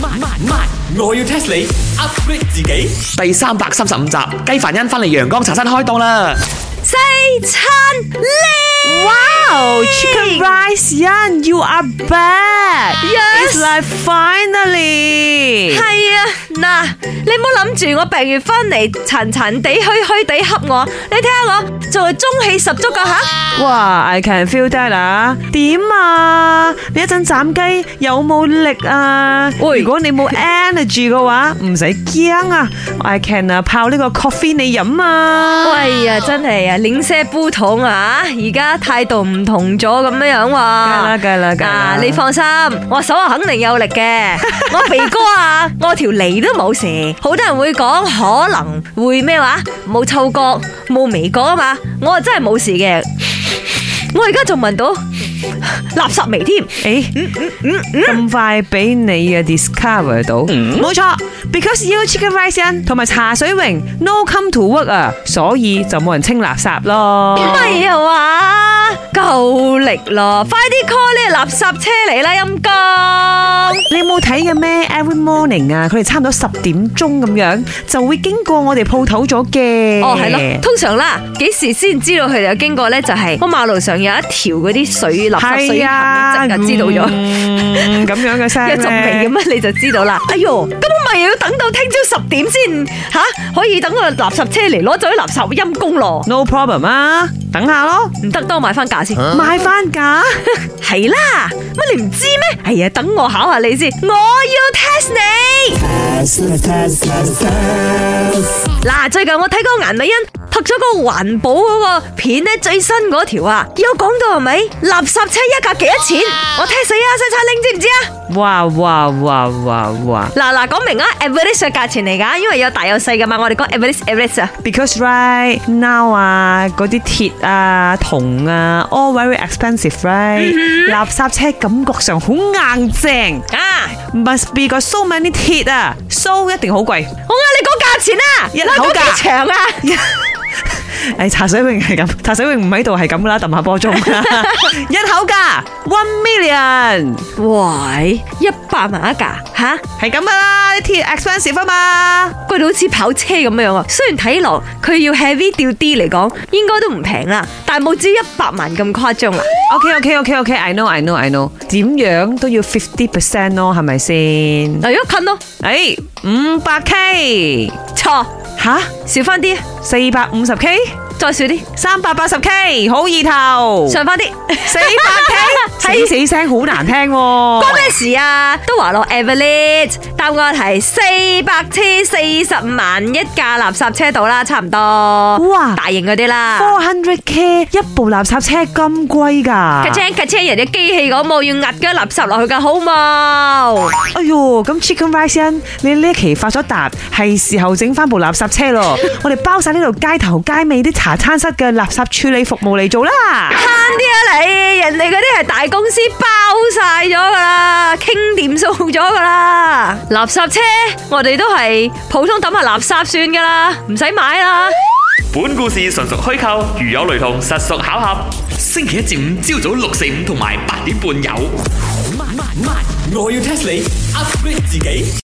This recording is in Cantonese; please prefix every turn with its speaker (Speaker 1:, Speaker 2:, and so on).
Speaker 1: 慢慢慢，我要 test 你 upgrade 自己。第三百三十五集，雞凡欣翻嚟陽光茶餐開檔啦。
Speaker 2: 西餐靚
Speaker 3: Wow, chicken rice, Yan, you are back.
Speaker 2: Yes.
Speaker 3: It's like finally.
Speaker 2: 係啊，嗱，你唔好諗住我病完翻嚟殘殘地、虛虛地恰我，你睇下我仲係中氣十足噶吓。
Speaker 3: 哇，I can feel that ah. 啊！點啊？你一陣斬雞有冇力啊？
Speaker 2: 喂
Speaker 3: 如果你冇 energy 嘅話，唔使驚啊！I à. can 啊泡呢個 coffee à. 你飲啊！
Speaker 2: 喂哎呀，真係啊，領些煲桶啊，而家態度唔同咗咁樣樣喎。啊
Speaker 3: 梗係啦梗係啦梗係啦
Speaker 2: 嗱，你放心，我手啊肯定有力 嘅，我鼻哥啊，我條脷都冇事。好多人會講可能會咩話，冇嗅覺，冇味覺啊嘛，我啊真係冇事嘅。我而家仲聞到 垃圾味添。
Speaker 3: 誒，咁快俾你嘅 à, discover 到，冇錯，because you chicken rice Yan 同埋茶水榮 no come to work à. 啊，所以就冇人清垃圾咯。
Speaker 2: 咪啊話夠力咯，快啲 call 呢個垃圾車嚟啦，陰公。
Speaker 3: 你冇睇嘅咩？Every morning 啊，佢哋差唔多十點鐘咁樣就會經過我哋鋪頭咗嘅。
Speaker 2: 哦，係咯，通常啦，幾時先知道佢哋有經過咧？就係、個馬路上有一條嗰啲水垃圾水
Speaker 3: 嗯係
Speaker 2: 陷
Speaker 3: 啊，
Speaker 2: 阱，即刻知道咗。
Speaker 3: 嗯咁樣 嘅聲
Speaker 2: 有陣味咁
Speaker 3: 咧。
Speaker 2: 啊，你就知道啦。哎呦，咁我咪又要等到聽朝十點先吓、可以等個垃圾車嚟攞走啲垃圾陰公咯。
Speaker 3: No problem 啊，等下咯，
Speaker 2: 唔得，等我買翻價先。
Speaker 3: 買翻 架。
Speaker 2: 係啦，乜你唔知咩？哎呀，等我考下你先，我要 test 你。嗱，最近我睇嗰個顏美欣拍咗個環保嗰個片咧，最新嗰條啊，有講到係咪？垃圾車一架幾多錢？我 test 死啊，西餐拎知唔知啊？
Speaker 3: 哇哇哇哇哇
Speaker 2: 嗱嗱，講明啊，average 嘅價錢嚟噶，因為有大有細噶嘛，我哋講 average average 啊。
Speaker 3: ！Because right now 啊，嗰啲鐵啊、銅啊，all very expensive
Speaker 2: 嗯
Speaker 3: right。垃圾車感覺上好硬正
Speaker 2: 啊，
Speaker 3: ，must be 個 so many 鐵啊，so 一定好貴。
Speaker 2: 我嗌你講價錢啊，
Speaker 3: 一口價
Speaker 2: 你講幾長啊？
Speaker 3: 诶，茶水泳係咁，茶水泳唔喺度係咁噶啦，揼下波鐘， 一口價 one million
Speaker 2: 喂，一百萬一架吓？
Speaker 3: 係咁噶啦，啲鐵 expensive 啊嘛，
Speaker 2: 貴到好似跑車咁樣啊！雖然睇落佢要 heavy 掉啲嚟講，應該都唔平啦，但係冇至於一百萬咁誇張啦。
Speaker 3: OK OK OK OK，I know I know I know，點樣都要 fifty percent 咯，係咪先？
Speaker 2: 嗱，如果哎近咯，
Speaker 3: 诶，五百 K
Speaker 2: 錯
Speaker 3: 吓，
Speaker 2: 少翻啲，
Speaker 3: 四百五十 K，
Speaker 2: 再少啲，
Speaker 3: 三百八十 K，好意頭，
Speaker 2: 上翻啲，
Speaker 3: 四百 K，死死聲好難聽 喎。
Speaker 2: 關咩事啊？都話落 average，答案係四百車四十萬一架垃圾車度啦，差唔多。
Speaker 3: 哇
Speaker 2: 大型嗰啲啦。
Speaker 3: 400 K 一部垃圾車咁貴㗎？
Speaker 2: 架車架車人哋機器嗰冇要壓嗰啲垃圾落去㗎，好冇？
Speaker 3: 哎哟，咁 Chicken Rice Inn，你呢一期發咗達，係時候整翻部垃圾車咯。我哋包晒呢度街頭街尾啲茶餐室嘅垃圾處理服務嚟做啦。
Speaker 2: 慳啲啊你！人哋嗰啲係大公司包晒咗噶啦，傾掂數咗噶啦。垃圾車我哋都係普通抌下垃圾算噶啦，唔使買啦。
Speaker 4: 本故事純屬虛構，如有雷同，實屬巧合。
Speaker 1: 星期一至五朝早六四五同埋八點半有。慢慢慢，我要 test 你 upgrade 自己。